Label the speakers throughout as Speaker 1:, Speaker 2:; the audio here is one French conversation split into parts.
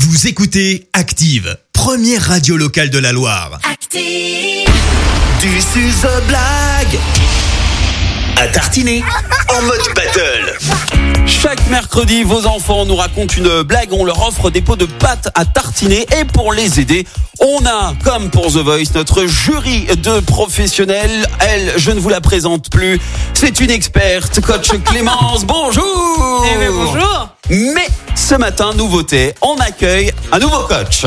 Speaker 1: Vous écoutez Active, première radio locale de la Loire.
Speaker 2: Active.
Speaker 3: Du suzo blague à tartiner en mode battle.
Speaker 4: Chaque mercredi, vos enfants nous racontent une blague, on leur offre des pots de pâte à tartiner et pour les aider, on a, comme pour The Voice, notre jury de professionnels. Elle, je ne vous la présente plus, c'est une experte, coach Clémence. Bonjour
Speaker 5: Eh ben, bonjour
Speaker 4: Mais ce matin, nouveauté, on accueille un nouveau coach.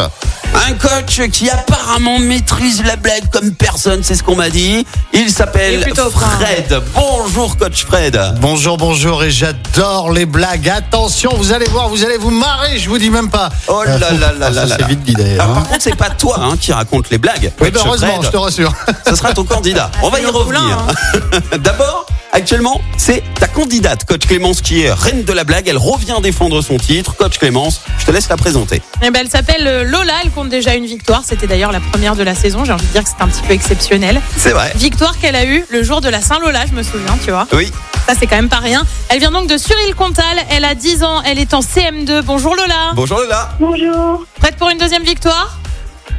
Speaker 4: Un coach qui apparemment maîtrise la blague comme personne, c'est ce qu'on m'a dit. Il
Speaker 5: Il
Speaker 4: s'appelle
Speaker 5: est plutôt fin.
Speaker 4: Fred. Bonjour coach Fred.
Speaker 6: Bonjour, bonjour, et j'adore les blagues. Attention, vous allez voir, vous allez vous marrer, je vous dis même pas.
Speaker 4: Oh là
Speaker 6: Euh,
Speaker 4: là
Speaker 6: faut-
Speaker 4: là là là
Speaker 6: Ah, ça,
Speaker 4: là
Speaker 6: C'est
Speaker 4: là.
Speaker 6: vite dit d'ailleurs.
Speaker 4: Alors,
Speaker 6: hein.
Speaker 4: par contre, c'est pas toi hein, qui raconte les blagues.
Speaker 6: Oui, ben,
Speaker 4: Coach
Speaker 6: heureusement,
Speaker 4: Fred,
Speaker 6: je te rassure.
Speaker 4: Ce sera ton candidat. On va y
Speaker 5: c'est le hein.
Speaker 4: revenir.
Speaker 5: poulain,
Speaker 4: D'abord, actuellement, c'est ta candidate, Coach Clémence, qui est reine de la blague. Elle revient défendre son titre. Coach Clémence, je te laisse la présenter.
Speaker 5: Eh ben, elle s'appelle euh, Lola, elle compte déjà une victoire. C'était d'ailleurs la première de la saison, j'ai envie de dire que c'était un petit peu exceptionnel.
Speaker 4: C'est vrai.
Speaker 5: Victoire qu'elle a eue le jour de la Saint-Lola, je me souviens, tu vois.
Speaker 4: Oui.
Speaker 5: Ça, c'est quand même pas rien. Elle vient donc de Suril-Comtal, elle a 10 ans, elle est en CM2. Bonjour Lola
Speaker 4: Bonjour Lola.
Speaker 7: Bonjour.
Speaker 5: Prête pour une deuxième victoire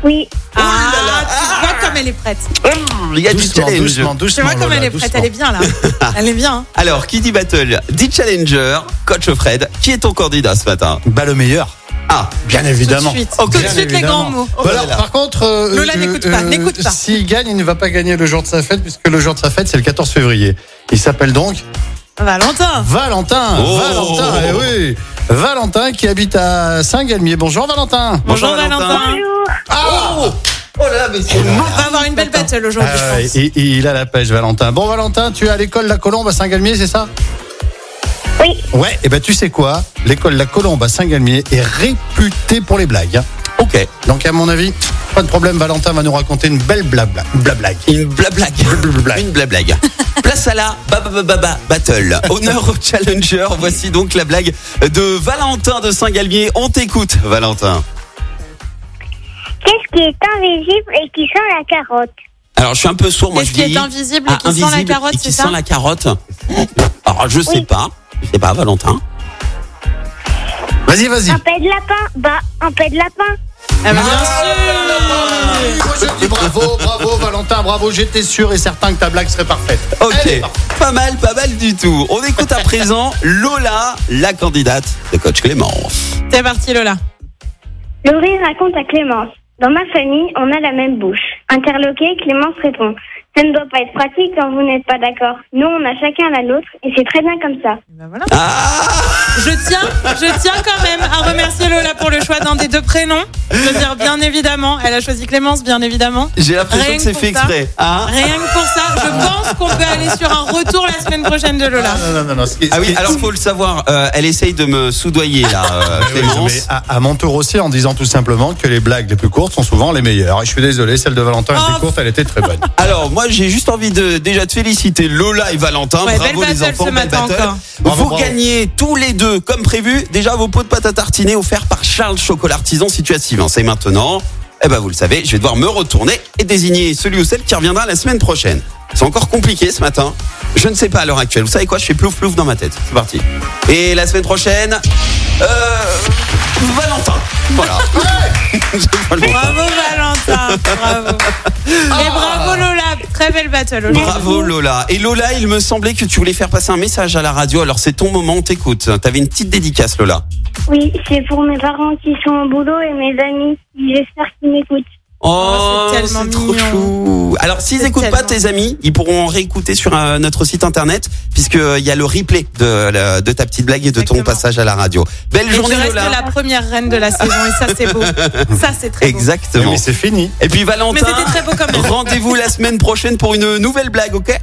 Speaker 7: Oui.
Speaker 5: Ah,
Speaker 4: là là.
Speaker 5: tu vois comme elle est prête.
Speaker 4: Il y a du
Speaker 6: Doucement,
Speaker 4: challenge.
Speaker 6: doucement,
Speaker 5: Tu
Speaker 6: doucement.
Speaker 5: vois comme
Speaker 6: Lola,
Speaker 5: elle est prête,
Speaker 6: Oh doucement.
Speaker 5: elle est bien là. Elle est bien. hein,
Speaker 4: Alors, qui dit battle dit challenger. Coach Fred, qui est ton candidat ce matin
Speaker 6: Bah, le meilleur.
Speaker 4: Ah,
Speaker 6: Bien
Speaker 5: Tout
Speaker 6: évidemment.
Speaker 5: de suite,
Speaker 4: Ok.
Speaker 5: Tout de suite les grands mots.
Speaker 4: Oh,
Speaker 6: Voilà,
Speaker 4: voilà.
Speaker 6: par contre, euh,
Speaker 5: Lola,
Speaker 6: je-
Speaker 5: n'écoute pas,
Speaker 6: euh,
Speaker 5: n'écoute pas.
Speaker 6: S'il gagne, il ne va pas gagner le jour de sa fête, puisque le jour de sa fête, c'est le 14 février. Il s'appelle donc
Speaker 5: Valentin
Speaker 6: Valentin.
Speaker 4: Oh.
Speaker 6: Valentin, eh oui. Valentin qui habite à Saint-Galmier. Bonjour, Valentin.
Speaker 4: Bonjour, Valentin.
Speaker 7: Bonjour.
Speaker 4: oh, oh là là, mais c'est
Speaker 5: On va avoir une belle battle aujourd'hui,
Speaker 6: Ah ouais,
Speaker 5: je pense.
Speaker 6: il, il a la pêche, Valentin. Bon, Valentin, tu es à l'école La Colombe à Saint-Galmier, c'est ça
Speaker 7: Oui.
Speaker 6: Ouais, et ben tu sais quoi L'école La Colombe à Saint-Galmier est réputée pour les blagues. hein.
Speaker 4: Ok,
Speaker 6: Donc, à mon avis, pas de problème, Valentin va nous raconter une belle blabla. blablague.
Speaker 4: une blablague.
Speaker 6: Blablabla.
Speaker 4: Une blablague. Place à la babababa battle. Honneur au challenger. Voici donc la blague de Valentin de Saint-Galmier. On t'écoute, Valentin.
Speaker 7: Qu'est-ce qui est invisible et qui sent la carotte
Speaker 4: Alors, je suis un peu sourd, moi,
Speaker 5: Qu'est-ce
Speaker 4: je
Speaker 5: qui
Speaker 4: dis-
Speaker 5: est invisible et
Speaker 4: Ah,
Speaker 5: qui sent la
Speaker 4: invisible
Speaker 5: carotte,
Speaker 4: et qui
Speaker 5: c'est
Speaker 4: sent
Speaker 5: ça
Speaker 4: la carotte. Alors, je sais
Speaker 7: Oui.
Speaker 4: pas. Je sais pas, Valentin.
Speaker 6: Vas-y, vas-y.
Speaker 7: Un paix de lapin. Bah, un paix de lapin.
Speaker 5: Eh ben, bien
Speaker 6: Oui, moi, je dis Bravo, bravo, Valentin, bravo. J'étais sûr et certain que ta blague serait parfaite. Elle est
Speaker 4: Ok.
Speaker 6: parfaite.
Speaker 4: Pas mal, pas mal du tout. On écoute à présent Lola, la candidate de coach Clémence.
Speaker 5: sûr. C'est parti Lola.
Speaker 7: Laurie raconte à Clémence. Dans ma famille, on a la même bouche. Interloquée, Clémence répond. Ça ne doit pas être pratique quand vous n'êtes pas d'accord. Nous, on a chacun la nôtre et c'est très bien comme ça.
Speaker 5: Eh ben, voilà.
Speaker 4: Ah!
Speaker 5: Je tiens, je tiens quand même à remercier Lola pour le choix d'un des deux prénoms. Je veux dire, bien évidemment, elle a choisi Clémence, bien évidemment.
Speaker 4: J'ai l'impression
Speaker 5: Rien
Speaker 4: que c'est
Speaker 5: que
Speaker 4: fait
Speaker 5: pour ça.
Speaker 4: exprès. Hein
Speaker 5: Rien que pour ça, je pense qu'on peut aller sur un retour la semaine prochaine de Lola.
Speaker 6: Non, non, non, non. ce qui-
Speaker 4: Ah
Speaker 6: ce
Speaker 4: oui,
Speaker 6: qui- Ah
Speaker 4: alors faut le savoir, euh, elle essaye de me soudoyer là, euh,
Speaker 6: Oui, je
Speaker 4: Clémence.
Speaker 6: mets à, à mon tour aussi en disant tout simplement que les blagues les plus courtes sont souvent les meilleures. Et je suis désolé, celle de Valentin était
Speaker 5: Oh.
Speaker 6: courte, elle était très bonne.
Speaker 4: Alors moi j'ai juste envie de déjà de féliciter Lola et Valentin.
Speaker 5: Ouais,
Speaker 4: bravo
Speaker 5: belle
Speaker 4: les
Speaker 5: battle
Speaker 4: enfants,
Speaker 5: ce
Speaker 4: belle
Speaker 5: matin
Speaker 4: battle.
Speaker 5: encore.
Speaker 6: Bravo,
Speaker 4: Vous
Speaker 6: bravo.
Speaker 4: gagnez tous les deux comme prévu déjà vos pots de pâte à tartiner offerts par Charles Chocolat Artisan si tu as Sylvain. C'est maintenant. Eh ben vous le savez, je vais devoir me retourner et désigner celui ou celle qui reviendra la semaine prochaine. C'est encore compliqué ce matin. Je ne sais pas à l'heure actuelle. Vous savez quoi Je fais plouf plouf dans ma tête. C'est parti. Et la semaine prochaine, euh, Valentin. Voilà. Je vois le montant.
Speaker 5: Bravo Valentin, bravo. Et bravo Lola, très belle battle aujourd'hui.
Speaker 4: Bravo Lola. Et Lola, il me semblait que tu voulais faire passer un message à la radio, alors c'est ton moment, on t'écoute. T'avais une petite dédicace Lola.
Speaker 7: Oui, c'est pour mes parents qui sont au boulot et mes amis. J'espère qu'ils m'écoutent.
Speaker 5: Oh, c'est tellement
Speaker 4: trop
Speaker 5: mignon.
Speaker 4: chou. Alors s'ils
Speaker 5: C'est
Speaker 4: n'écoutent pas
Speaker 5: tellement.
Speaker 4: tes amis, ils pourront en réécouter sur euh, notre site internet, puisqu'il y a le replay de, la- de ta petite blague et de ton
Speaker 5: Exactement.
Speaker 4: passage à la radio. Belle
Speaker 5: Et je
Speaker 4: journée
Speaker 5: reste
Speaker 4: Lola.
Speaker 5: la première reine de la saison et ça c'est beau. Ça c'est très beau.
Speaker 6: Mais
Speaker 4: Exactement.
Speaker 6: oui, c'est fini.
Speaker 4: Et puis Valentin,
Speaker 5: Mais c'était très beau quand même.
Speaker 4: rendez-vous la semaine prochaine pour une nouvelle blague, ok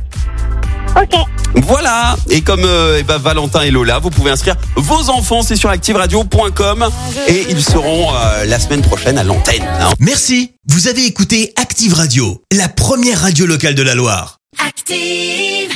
Speaker 7: Ok.
Speaker 4: Voilà. Et comme euh, eh ben, Valentin et Lola, vous pouvez inscrire vos enfants, c'est sur activeradio.com et ils seront euh, la semaine prochaine à l'antenne. hein.
Speaker 1: Merci. Vous avez écouté Active Radio, la première radio locale de la Loire.
Speaker 2: Active.